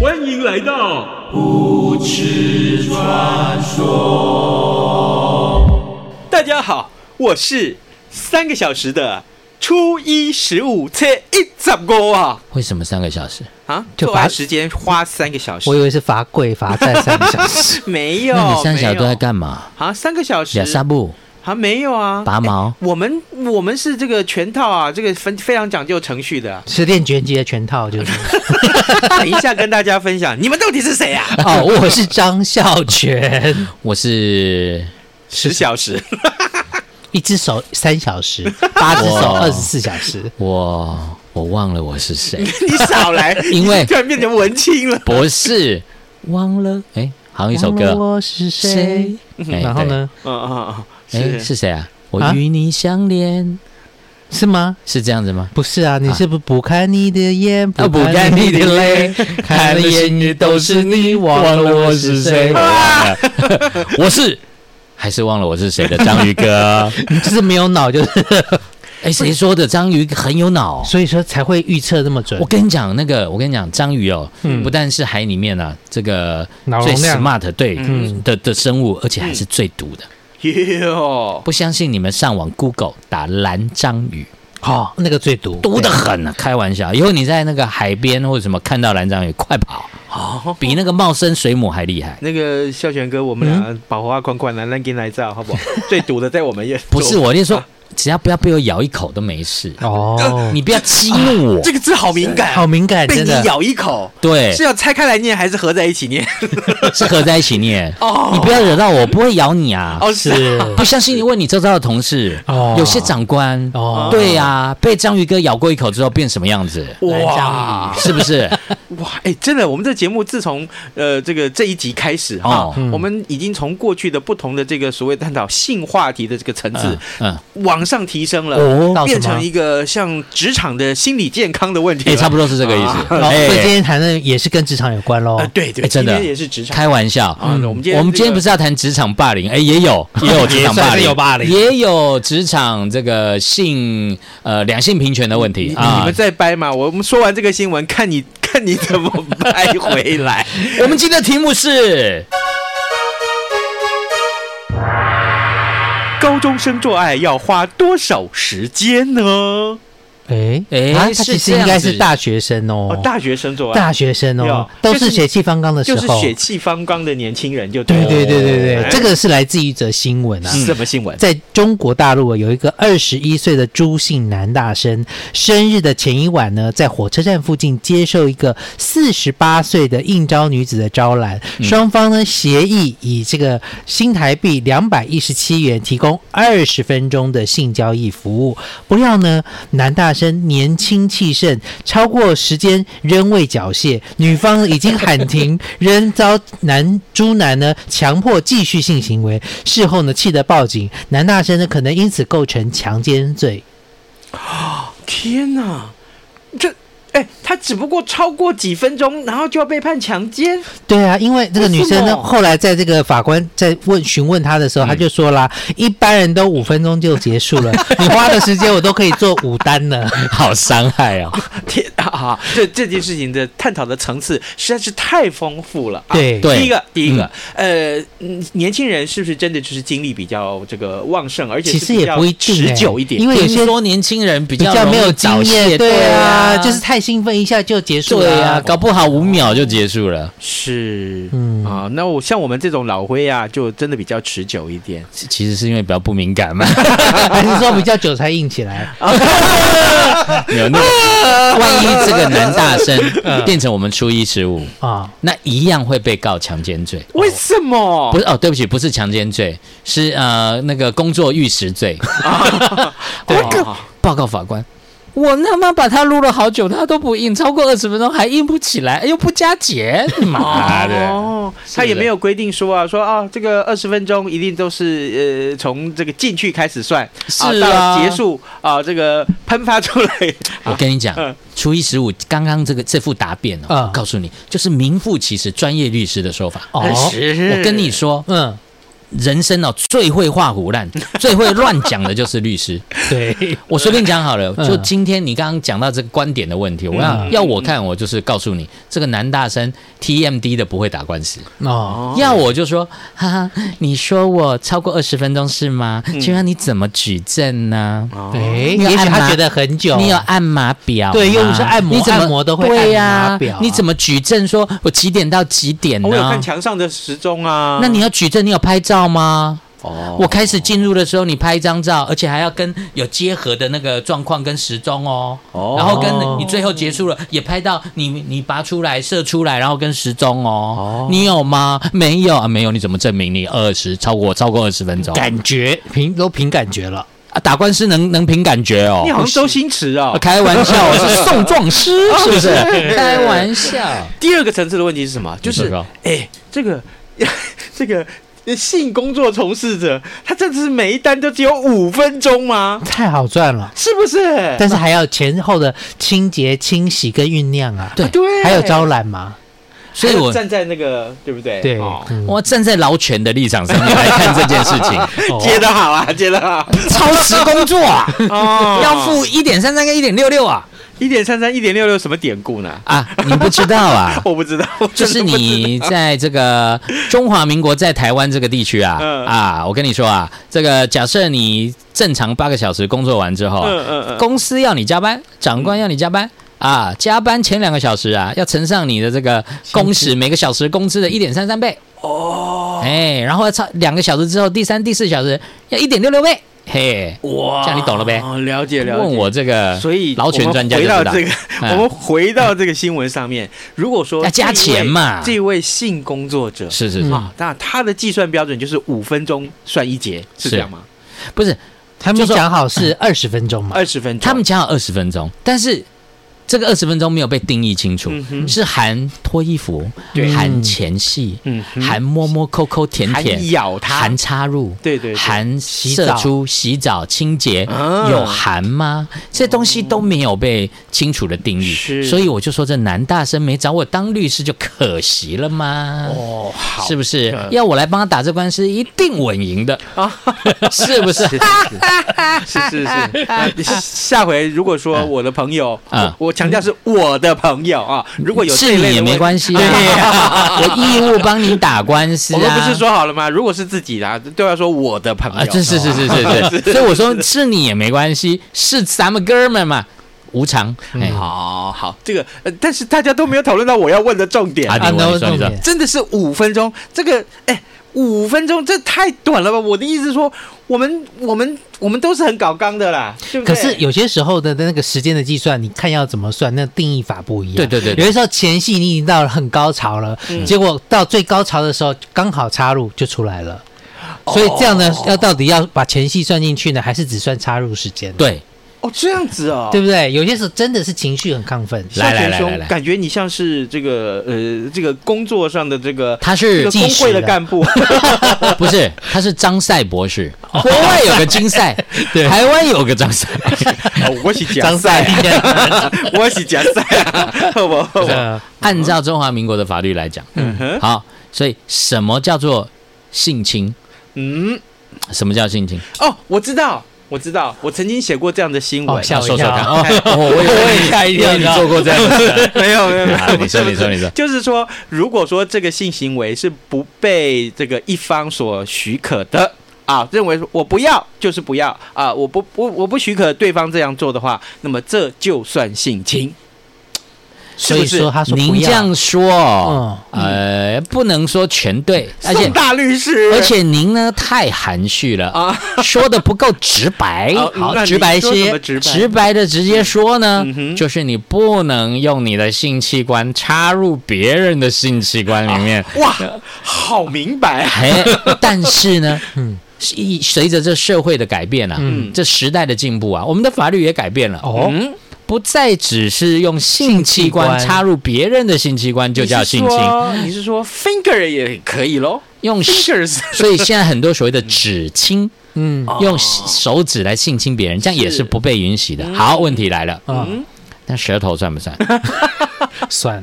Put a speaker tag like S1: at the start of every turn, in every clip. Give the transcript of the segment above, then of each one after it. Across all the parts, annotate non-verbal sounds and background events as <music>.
S1: 欢迎来到
S2: 大家好，我是三个小时的初一十五切一怎么啊
S3: 为什么三个小时？
S4: 哦
S2: 啊！
S3: 就
S2: 做完
S3: 把
S2: 时间花三个小时
S3: 我，以为是罚跪罚站三个小时。
S2: 没有，
S3: 那你三小
S2: 没
S3: 时
S2: 有
S3: 都在干嘛？
S2: 啊？三个小时
S3: 俩纱布
S2: 啊？没有啊？
S3: 拔
S4: <laughs>
S3: 毛、
S2: 我们我们是这个全套啊，这个分非常讲究程序的
S3: <laughs>
S2: 啊、
S3: 十电拳击的全套就是。
S2: 等一下跟大家分享，你们到底是谁啊？
S5: <laughs>
S3: 哦，我是张孝全， <laughs> 我是
S2: 十小时， <laughs>
S3: 一只手三小时，八只手二十四小时。
S5: 我我忘了我
S3: <laughs>
S5: 是谁，
S2: 你少来，
S5: 因为
S2: 你突然变成文青了。
S5: 不是忘了，哎，好像一首
S3: 忘了
S5: 歌，
S3: 我是谁？ <laughs>
S5: 哎
S3: 然后？呢？
S2: 嗯嗯
S5: 对哎，
S2: 嗯，是
S5: 是谁啊？
S3: 啊
S5: 我与你相恋，
S3: 是吗？
S5: 是这样子吗？
S3: 不是啊，你是不是不看你的眼，
S5: 啊不看你的
S3: <laughs>
S5: 泪，
S3: 看了
S5: 看了
S3: 眼
S5: 眼
S3: 里
S5: 里
S3: 都
S5: 都
S3: 是
S5: 是
S3: 你
S5: 你，
S3: 忘
S5: 忘
S3: 了
S5: 了
S3: 我
S5: 我
S3: 是
S5: 是
S3: 谁 <laughs>
S5: 谁。我忘了我是还是忘了我是谁的章鱼哥？
S3: <laughs> 你就是没有脑，就是
S5: 哎，谁说的？章鱼很有脑。
S3: 所以说才会预测那么准
S5: 我。跟你讲，那个我跟你讲，章鱼哦，
S2: 嗯
S5: 不但是海里面啊，这个
S3: 脑容
S5: 最
S3: 量
S5: smart 对
S2: 嗯
S5: 的的生物，而且还是最毒的。
S2: 哟，
S5: 不相信你们上网 Google 打蓝章鱼，
S3: 哦，那个最毒，
S5: 毒的很啊！开玩笑，以后你在那个海边或者什么看到蓝章鱼，快跑，
S2: 好，
S5: 比那个茂生水母还厉害。
S2: 那个孝全哥，我们俩
S5: 嗯
S2: 把花款款来来给你来照，好不好？ <laughs> 最毒的在我们也
S5: 不是，我就
S2: 啊
S5: 说，只要不要被我咬一口都没事，
S3: 哦，
S5: 你不要激怒我
S2: <laughs> 啊这。个字好敏
S5: 啊
S2: 感，
S3: 好敏感，
S2: 被
S3: 真
S2: 你
S3: 的。
S2: 咬一口，
S5: 对
S2: 是，要啊拆开来念还是合在一起念？ <laughs>
S5: 是合在一起念。
S2: 哦
S5: 你不要惹到我，不会咬你啊。
S2: 哦，啊
S3: 是
S5: 不相信你问你周遭的同事
S3: 哦，
S5: 有些长官，
S3: 哦
S5: 对呀，被章鱼哥咬过一口之后变什么样子？
S3: 哎
S2: 哇
S5: 是不是？
S2: 哇，哎，真的，我们这节目自从呃这个这一集开始哈
S5: 哦，
S2: 我们已经从过去的不同的这个所谓探讨性话题的这个层次
S5: 嗯嗯，
S2: 往上提升
S3: 哦
S2: 了，
S3: 到什么
S2: 变成一个像职场的心理健康的问题
S5: 哎，
S2: 了，
S5: 差不多是这个意思。
S3: 哦，所
S5: 哎
S3: 以今天谈的也是跟职场有关喽
S2: 啊，。对对，
S5: 哎真的
S2: 今天也是职场
S5: 开玩笑，嗯
S2: 啊我们今天
S5: 我们今
S2: 这
S5: 天
S2: 个
S5: 不是要谈职场霸凌，哎，也有也有职场
S3: 也
S5: 霸
S3: 算是
S5: 凌，
S3: 有霸凌
S5: 也有职场这个性呃两性平权的问题
S2: 你你
S5: 啊
S2: 们。在掰嘛？我们说完这个新闻，看你 <laughs> 看你怎么掰回
S3: <laughs>
S2: 来。
S5: <laughs> 我们今天的题目是
S2: 高中生做爱要花多少时间呢？
S3: 哎
S5: 哎
S3: 啊，他
S5: 是
S3: 其实
S5: 这
S3: 应
S5: 样
S3: 该是
S5: 子
S3: 大学生哦
S2: 哦，，大学生做爱
S3: 大学生哦
S2: 有，
S3: 都
S2: 就是是
S3: 血气方刚的时
S2: 就是
S3: 候。
S2: 血气方刚的年轻人就
S3: 对对对对
S2: 哎嗯
S3: 对，这个是来自于一则新闻啊。
S2: 是什么新闻？
S3: 在中国大陆啊有一个二十一岁的朱姓男大生，生日的前一晚呢，在火车站附近接受一个四十八岁的应招女子的招揽，
S2: 嗯
S3: 双方呢协议以这个新台币两百一十七元提供二十分钟的性交易服务。不料呢，男大生年轻气盛，超过时间仍未缴械，女方已经喊停，仍遭男朱男呢强迫继续性行为。事后呢，气得报警，男大生呢可能因此构成强奸罪。
S2: 天哪，这哎，他只不过超过几分钟，然后就要被判强奸，
S3: 对啊，因为这个女生
S2: 为什
S3: 呢，
S2: 么
S3: 后来在这个法官在问询问她的时候，她就说啦：“一般人都五分钟就结束了，你花的时间我都可以做五单呢。
S5: 好伤害哦，
S2: 天啊！这这件事情的探讨的层次实在是太丰富了、啊。
S3: 对嗯
S5: 对
S2: 第一个，第一个，呃，嗯年轻人是不是真的就是精力比较这个旺盛，而”且
S3: 其
S2: 是
S3: 实
S2: 比
S3: 也
S2: 较
S3: 不一定、
S2: 持
S3: 欸，
S2: 久一点？
S3: 因为有些
S5: 听说年轻人比
S3: 比
S5: 较
S3: 较没
S5: 容
S3: 有
S5: 易早
S3: 经验，
S5: 泄
S3: 对
S5: 啊，
S3: 就是太兴奋一一下就结束
S5: 对
S3: 了、
S5: 啊，搞不好五秒就结束了。
S2: 是，
S3: 嗯
S2: 啊，那我像我们这种老灰啊，就真的比较持久一点。
S5: 其其实是因为比较不敏感嘛，
S3: <laughs> 还是说比较久才硬起
S5: <laughs>
S3: 来？
S5: 没有那
S3: 哦
S5: 个。 <laughs> 万一这个男大生变成我们初一十五，
S3: 啊，
S5: 那一样会被告强奸罪。
S2: 为什么？
S5: 不是哦，对不起，不是强奸罪，是呃那个工作玉石罪。 <laughs>
S2: 哦
S5: 对，报告法官，我他妈把他录了好久，他都不硬，超过二十分钟还硬不起来，又不加节，
S2: <laughs>
S3: 啊
S5: 妈啊的！
S2: 哦，他也没有规定说啊，说啊，这个二十分钟一定都是呃从这个进去开始算，
S5: 是
S2: 啊，到
S5: 啊
S2: 结束啊，这个喷发出来，
S5: 我跟你讲
S2: 嗯，
S5: 初一十五刚刚这个这副答辩哦，
S3: 嗯
S5: 我告诉你，就是名副其实专业律师的说法。
S3: 哦，
S5: 我跟你说，
S3: 嗯，
S5: 人生哦最会画胡烂，最会乱讲的就是律师。
S3: 对，
S5: 我随便讲好了，
S3: 嗯
S5: 就今天你刚刚讲到这个观点的问题，我要要我看，我就是告诉你，这个男大生 TMD 的不会打官司。
S3: 哦，
S5: 要我就说，哈哈，你说我超过二十分钟是吗？
S3: 嗯
S5: 请问你怎么举证呢？
S3: 哎，
S5: 哦你有
S3: 也许
S5: 按
S3: 他
S5: 吗
S3: 觉得很久，
S5: 你有按码表吗？
S3: 对又不是按摩
S5: 你怎么
S3: 按摩都会
S5: 对
S3: 按
S5: 呀
S3: 码表啊哦
S5: 你怎么举证说我几点到几点呢？
S2: 哦我有看墙上的时钟啊，
S5: 那你要举证，你有拍照吗？
S2: 哦
S5: 我开始进入的时候，你拍一张照，而且还要跟有结合的那个状况跟时钟哦，
S2: 哦
S5: 然后跟你最后结束了也拍到你你拔出来射出来，然后跟时钟哦，你有吗？没有啊，没有，你怎么证明你二十超过超过二十分钟？
S3: 感觉凭都凭感觉
S5: <laughs>
S3: 了，
S5: 啊，打官司能能凭感觉哦
S2: 你。好像周星驰啊
S5: 啊。开玩笑，我是送状
S2: <laughs>
S5: 师，是不是？开玩笑，
S2: 第二个层次的问题是什么？就是
S5: 你说说
S2: 哎，这个 <laughs> 这个。性工作从事者，他这次每一单都只有五分钟吗？
S3: 太好赚了。
S2: 是不是？
S3: <laughs> 但是还要前后的清洁、清洗跟酝酿啊，
S5: 对
S2: 对，
S3: 还有招揽嘛，
S5: 所以
S2: 还有
S5: 我
S2: 站在那个对不对？
S3: 对，
S2: 哦 <laughs>
S3: 嗯
S5: 我站在劳权的立场上面来看这件事
S2: <laughs>
S5: 情，
S2: 接的好啊，接的好，
S5: 超时工作啊，
S2: 哦
S5: <laughs> 要付一点三三跟一点六六啊。
S2: 一点三三、一点六六什么典故呢？ <laughs>
S5: 啊，你不知道啊，
S2: 我不知道，
S5: <laughs> 就是
S2: 我真的不知
S5: 你在这个中华民国在台湾这个地区啊
S2: 嗯
S5: 啊，我跟你说啊，这个假设你正常八个小时工作完之
S2: 道，
S5: 后啊，
S2: 嗯嗯嗯，
S5: 公司要你加班，长官要你加班。啊，加班前两个小时啊，要乘上你的这个工时，每个小时工资的一点三三倍哦，哎，然后要超两个小时之后，第三、第四小时要一点六六倍，嘿，
S2: 哇
S5: 这样你懂了呗？
S2: 哦，了解了解。
S5: 问我这个，
S2: 所以
S5: 劳权专家就
S2: 我们
S5: 知
S2: 回到
S5: 道
S2: 这个，
S5: 嗯
S2: <laughs> 我们回到这个新闻上面。如果说
S5: 要加钱嘛
S2: 这位这位性工作者
S5: 是是是，
S2: 啊，那他的计算标准就是五分钟算一节，是
S5: 是
S2: 这样吗？
S5: 不是
S3: 他们
S5: 就说
S3: 讲好是二十分钟嘛，
S2: 二十分钟，
S5: 他们讲好二十分钟，但是这个二十分钟没有被定义清楚，
S2: 嗯哼
S5: 是含脱衣服、
S3: 对
S5: 含前戏、
S2: 嗯哼
S5: 含摸摸抠抠舔
S2: 还
S5: 舔、
S2: 咬他，
S5: 含插入。
S2: 对对对
S5: 含
S3: 洗澡
S5: 射出、洗澡、清洁
S2: 啊
S5: 有含吗？这东西都没有被清楚的定义，
S2: 是
S5: 所以我就说这男大生没找我当律师就可惜了嘛，
S2: 哦，好
S5: 是不是
S2: 嗯？
S5: 要我来帮他打这官司，一定稳
S2: <laughs>
S5: 赢的，是不是？
S2: 是是是，那
S5: <laughs>
S2: 下回如果说我的朋友，
S5: 嗯
S2: 我我强调是我的朋友啊，如果有
S5: 是你也没
S2: 系。
S5: 关系、啊， <laughs> 我义务帮你打官司、啊。
S2: 我们不是说好了吗？如果是自己的啊，都要说我的朋
S5: 啊，
S2: 友。
S5: 这是是是
S2: <laughs>
S5: 是是，所以我说是你也没关系，是咱们哥们嘛，无偿。哎、
S2: 嗯好好，这个呃，但是大家都没有讨论到我要问的重点啊，
S5: 啊，你
S3: 那
S5: 问
S3: 我
S5: 你说
S3: 重
S5: 你说
S3: 点
S2: 真的是五分钟，这个哎。五分钟，这太短了吧！我的意思是说，我们我们我们都是很搞刚的啦，对不
S3: 可
S2: 对？
S3: 是有些时候的那个时间的计算，你看要怎么算，那定义法不一样。
S5: 对对对对
S3: 有些时候前戏你已经到了很高潮了，结果到最高潮的时候刚好插入就出来了。所以这样呢，要到底要把前戏算进去呢，还是只算插入时间？，
S5: 对，
S2: 哦，这样子哦，
S3: 对不对？有些时候真的是情绪很亢奋，
S5: 来
S2: 少
S5: 来
S2: 权
S5: 来
S2: 兄
S5: 来来
S2: 感觉你像是这个呃这个工作上的这个
S5: 他
S2: 这
S5: 是
S2: 个工会的干部，哦
S5: 不是？他是张赛博士，国外有个金
S2: <laughs>
S5: 赛，台湾有个张赛，
S2: 哦我是 <laughs> 假
S3: 张赛
S2: 赛，我是假赛啊，好不好？
S5: <laughs> 按照中华民国的法律来讲，
S2: 嗯哼
S5: 好，所以什么叫做性侵？
S2: 嗯，
S5: 什么叫性侵？
S2: 哦，我知道，我知道，我曾经写过这样的新闻
S3: 哦，吓
S5: 要
S3: 我一跳
S5: 说说看哦，我也
S3: 吓一跳
S5: 你做过这样的事。
S2: <laughs> 没有没有没
S5: 啊
S2: 有，
S5: 你说
S2: 不是
S5: 你说
S2: 不是
S5: 你说
S2: <laughs> 就是说，如果说这个性行为是不被这个一方所许可的。啊，认为我不要就是不要啊，我不不我不许可对方这样做的话，那么这就算性侵。是
S3: 所
S2: 不
S3: 以
S2: 是
S3: 说他说不
S5: 您这
S3: 要
S5: 样。说，呃，不能说全对，而且
S2: 宋大律师，
S5: 而且您呢太含蓄了
S2: 啊，
S5: 说的不够直白。
S2: 啊
S5: 好
S2: 那，你
S5: 直白
S2: 说什么
S5: 些，
S2: 直白
S5: 的直接说呢，就是你不能用你的性器官插入别人的性器官里面。
S2: 哇，好明白啊！
S5: 哎，但是呢，嗯。随随着这社会的改变啊，这时代的进步啊，我们的法律也改变了，
S3: 哦，
S2: 嗯
S5: 不再只是用性器
S3: 性器官
S5: 官插入别人的性器官就叫性侵，
S2: 你是说 finger 也可以喽
S5: 用
S2: ？fingers
S5: <laughs> 所以现在很多所谓的指亲，
S3: 嗯，
S5: 用手指来性侵别人，这样也是不被允许的。好，问题来了，
S3: 嗯
S5: 那舌头算不算？
S3: 算了，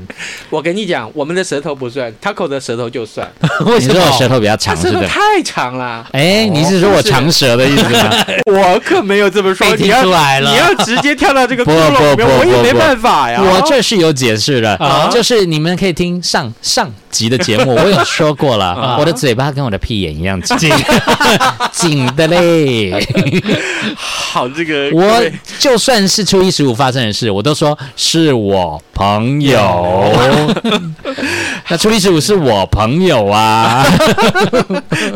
S2: 我跟你讲，我们的舌头不算，Taco 的舌头就算，
S3: <laughs> 为
S5: 你
S3: 什
S5: 说我
S3: 么？
S5: 舌头比较
S2: 他
S5: 长
S2: 舌
S5: 是
S2: 头
S5: 的。
S3: <laughs>
S2: 太长了，
S5: 哎，你是说我长舌的意思
S3: 哦
S5: 吗？
S2: <laughs> 我可没有这么说。
S5: 被
S2: 你
S5: 听
S2: 要
S5: 出来了
S2: 你要直接跳到
S5: <laughs>
S2: 这个窟
S5: 不
S2: 窿里
S5: 不
S2: 面，
S5: 不
S2: 我也
S5: 不
S2: 没
S5: 不
S2: 办法呀。
S5: <laughs> 我这是有解释的，
S3: 啊
S5: 就是你们可以听上上集的节
S3: <laughs>
S5: 目，我有说过
S3: 啊
S5: 了，我的嘴巴跟我的屁眼一样紧，紧的嘞。
S2: 好这
S3: <laughs>
S2: 个各
S5: 我 <laughs>
S2: 位
S5: 就算是初一十五发生的事，我都说是我
S3: <laughs>
S5: 朋友。那初一十五是我朋友
S3: <laughs>
S5: 啊，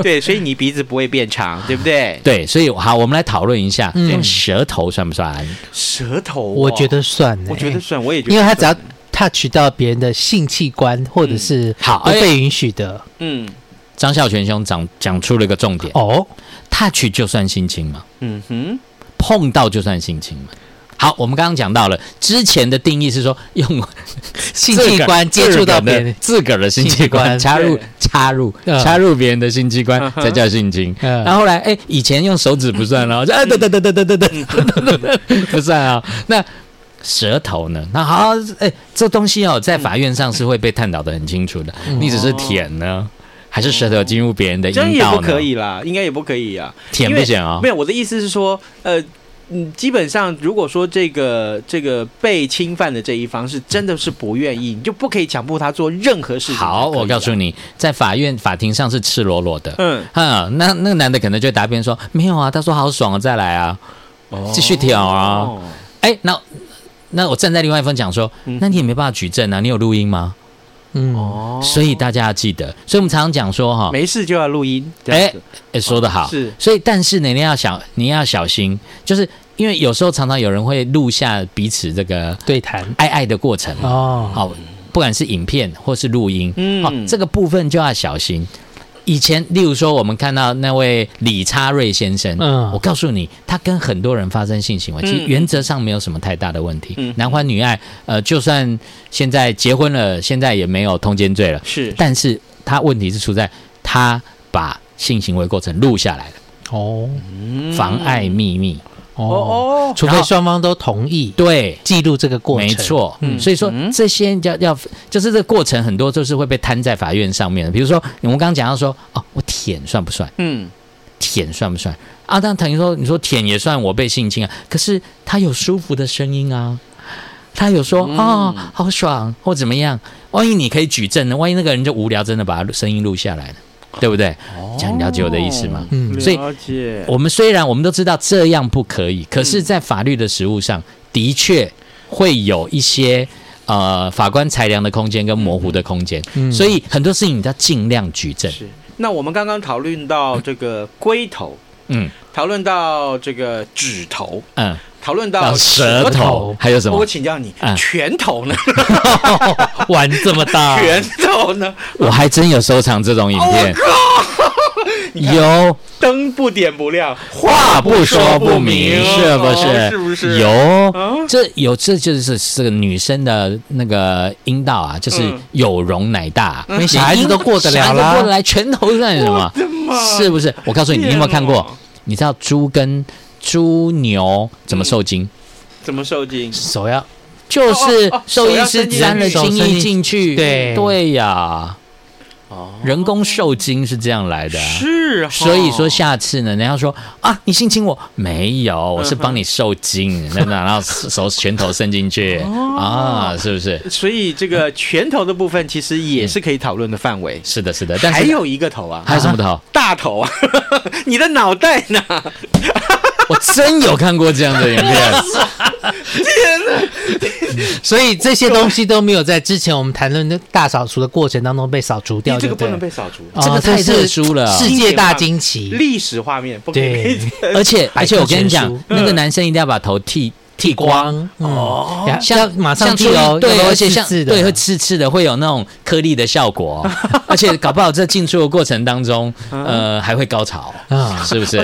S2: 对，所以你鼻子不会变长，对不对？
S5: 对，所以好，我们来讨论一下，
S3: 嗯
S5: 用舌头算不算？
S2: 舌头哦，
S3: 我觉得算呢，
S2: 我觉得哎算，我也觉得，
S3: 因为他只要 touch 到别人的性器官或者是
S5: 好
S3: 不被允许的，
S2: 嗯
S5: 张孝全兄讲讲出了一个重点
S3: 哦，
S5: ，touch 就算性侵吗？
S2: 嗯哼，
S5: 碰到就算性侵吗？好，我们刚刚讲到了，之前的定义是说
S3: <laughs>
S5: 用
S3: 性器官接触到别人，
S5: 自个儿的性器官
S3: 性器官
S5: 插入
S2: 对
S5: 插入
S3: 嗯
S5: 插入别人的性器官才叫性侵。
S3: 嗯
S5: <laughs> 然后后来哎，以前用手指不
S2: <laughs>
S5: 算了，就哎等等等等等等等
S2: 嗯
S5: 等 <laughs> 不算啊。那舌头呢？那好哎，这东西哦，在法院上是会被探讨的很清楚的。你只是舔呢，还是舌头进入别人的
S2: 嗯这样
S5: 阴
S2: 也
S5: 道
S2: 不
S5: 呢
S2: 可？以啦，应该也不可以啊。
S5: 舔不行啊
S2: 没？有，我的意思是说，呃，嗯，基本上如果说这个这个被侵犯的这一方是真的是不愿意，你就不可以强迫他做任何事情。
S5: 好，我告诉
S2: 你，
S5: 你，在法院法庭上是赤裸裸的。
S2: 嗯，
S5: 哈，那那个男的可能就会答辩说没有啊，他说好爽，我再来啊，继续挑啊。
S2: 哦，
S5: 哎，那那我站在另外一方讲说，
S2: 嗯
S5: 那你也没办法举证啊，你有录音吗？
S3: 嗯，
S2: 哦
S5: 所以大家要记得，所以我们常常讲说哈，
S2: 没事就要录音，这样
S5: 啊哎
S2: 子，
S5: 哎说得好，
S2: 是
S5: 所以但是呢，你要小你要小心，就是因为有时候常常有人会录下彼此这个
S3: 对谈
S5: 爱爱的过程，
S3: 哦，
S5: 好、不管是影片或是录音，
S2: 嗯
S5: 嗯，哦，这个部分就要小心。以前，例如说，我们看到那位李插瑞先生，
S3: 嗯
S5: 我告诉你，他跟很多人发生性行为，其实
S2: 嗯
S5: 原则上没有什么太大的问题，
S2: 嗯
S5: 男欢女爱，呃，就算现在结婚了，现在也没有通奸罪了，
S2: 是
S5: 但是他问题是出在他把性行为过程录下来了，
S3: 哦
S5: 妨碍秘密，
S3: 哦，
S2: 嗯哦哦，
S3: 除
S5: 然
S3: 非
S5: 后
S3: 双方都同意
S5: 对，
S3: 记录这个过程，嗯
S5: 没，错，所以说这些要要就是这个过程很多就是会被摊在法院上面的。比如说我们刚刚讲到说，哦，我舔算不算？
S2: 嗯，
S5: 舔算不算？啊，但等于说你说舔也算我被性侵啊，可是他有舒服的声音啊。他有说
S3: 嗯
S5: 啊、哦，好爽或怎么样？万一你可以举证呢？万一那个人就无聊，真的把他声音录下来了，对不对？这样你了解我的意思吗？
S3: 嗯
S5: 所以
S2: 哦了解，
S5: 我们虽然我们都知道这样不可以，可是，在法律的实务上，的确会有一些呃法官裁量的空间跟模糊的空间，所以很多事情你都要尽量举证。
S2: 是。那我们刚刚讨论到这个龟头，
S5: 嗯
S2: 讨论到这个指头，
S5: 嗯，
S2: 讨论
S5: 到
S2: 到
S5: 舌头
S3: 头
S5: 还有什么
S2: 哦
S5: <laughs>
S2: 我？请教你
S5: 嗯，
S2: 拳头呢？
S3: 玩这么
S5: 啊
S3: 大，
S2: 拳头呢？
S5: 我还真有收藏这种影片，有
S2: 灯不点不亮，
S5: 话不说不明，是不
S2: 哦
S5: 是？
S2: 是不是？啊
S5: 有这有这就是这个女生的那个阴道啊，就是
S2: 嗯
S5: 有容乃大，啊
S3: 因为小孩子都过得
S5: 小
S3: 了
S5: 孩子过得
S3: 啦，
S5: 来，拳头算什么？是不是？我告诉你，你有没有看
S2: 天
S5: 过
S2: 哪？
S5: 你知道猪跟猪牛怎么受精？
S2: 怎么受精？
S3: 手要
S5: 就是
S2: 哦哦
S5: 兽医师沾了
S3: 手要哦
S5: 精
S3: 伸进去
S5: 液进去。
S3: 对
S5: 对呀，人工受精是这样来的。啊
S2: 是哦，
S5: 所以说下次呢，人家说啊，你性侵我没有，
S3: 嗯
S5: 我是帮你受精，那
S3: <laughs>
S5: 那然后手拳头伸进去
S3: 哦
S5: 啊，是不是？
S2: 所以这个拳头的部分其实也是可以讨论的范围。
S5: 是的，是的。但是
S2: 还有一个头啊，
S5: 还有什么头？
S2: 大头啊， <laughs> 你的脑袋呢？
S3: <laughs>
S5: 我真有看过这样的影片。
S2: 天哪，
S3: 所以这些东西都没有在之前我们谈论的大扫除的过程当中被扫除掉
S2: 这
S3: 就对
S2: 个
S3: 了，
S2: 不能被扫除，
S5: 这个太特殊了
S3: 哦这是世界大惊奇。
S2: 历史画面不可以
S3: 对。
S5: 而且而且我跟你
S3: 百
S5: 讲
S3: 科全，嗯
S5: 那个男生一定要把头剃剃光。
S3: 哦，要
S5: 像
S3: 要马上
S5: 像
S3: 剃哦，
S5: 对，
S3: 要不然
S5: 而且像
S3: 刺刺的嗯
S5: 对会刺刺的，会有那种颗粒的效
S3: <laughs>
S5: 果，而且搞不好在进出的过程当中，呃，还会高潮，
S3: 嗯啊
S5: 是
S3: <laughs>
S5: 不是？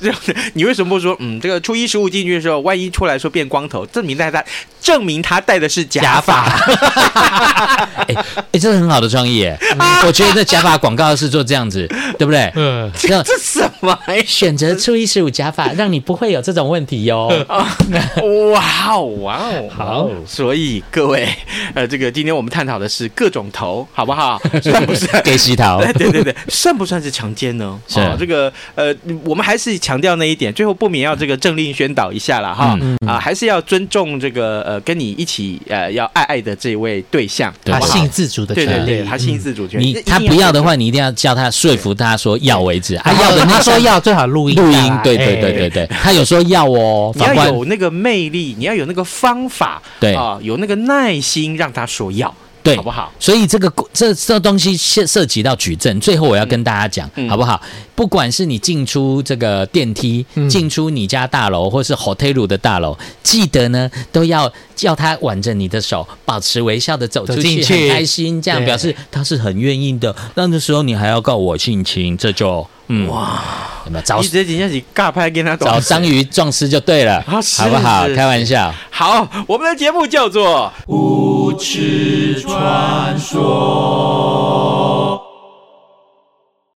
S2: 这样子，你为什么不说嗯？这个初一十五进去的时候，万一出来说变光头，证明他戴证明他戴的是假发，
S5: <laughs>
S2: 嗯
S5: 哎、哎，这是很好的创意耶！我觉得这假发广告是做这样子，对不 <laughs> 对？
S3: 嗯，
S5: 这样
S2: 这什么玩意？
S5: 选择初一十五假发，让你不会有这种问题
S2: <laughs>
S5: 哟。
S2: 哦哇哦哇哦！
S5: 好，
S2: 所以各位，呃，这个今天我们探讨的是各种头，好不好？算不算？
S5: 给洗头，
S2: <laughs> 哎对对对对，算不算是强奸呢？
S5: <laughs> 是
S2: 哦、这个呃，我们还是强调那一点，最后不免要这个政令宣导一下啦。哈，啊、
S5: 嗯
S2: 还是要尊重这个呃跟你一起呃要爱爱的这位对象，
S5: 对
S3: 他
S2: 好不好
S3: 性自主的
S2: 对对
S3: 权
S2: 对，
S3: 利，
S2: 他性自主权，
S5: 嗯你他不要的话，你一定要叫他说服他说要为
S2: 嗯
S5: 止。啊，
S3: 他要
S5: 要的
S3: 的
S5: 那
S3: 他说要最
S2: <laughs>
S3: 好录音下
S5: 录
S3: 来，
S5: 音，对对
S3: 哎
S5: 对对对，他有说要哦，
S2: 啊你
S5: 法
S2: 要
S5: 官
S2: 有那个魅力，你要有那个方法，
S5: 对
S2: 啊、有那个耐心让他说要，
S5: 对
S2: 好不好？
S5: 所以这个这这东西涉涉及到举证，最后我要跟大家讲，
S2: 嗯
S5: 好不好？不管是你进出这个电梯，
S2: 嗯
S5: 进出你家大楼，或是 hotel 的大楼，记得呢都要叫他挽着你的手，保持微笑的走出
S3: 走
S5: 去，
S3: 进去
S5: 很开心，这样
S3: 对
S5: 表示他是很愿意的。那那时候你还要告我性侵，这就嗯哇，有没有找
S2: 你直接人家是尬拍跟他懂
S5: 找章鱼撞尸就对了，
S2: 啊是
S5: 好不好？
S2: 是
S5: 开玩笑。
S2: 好，我们的节目叫做《无耻传说》。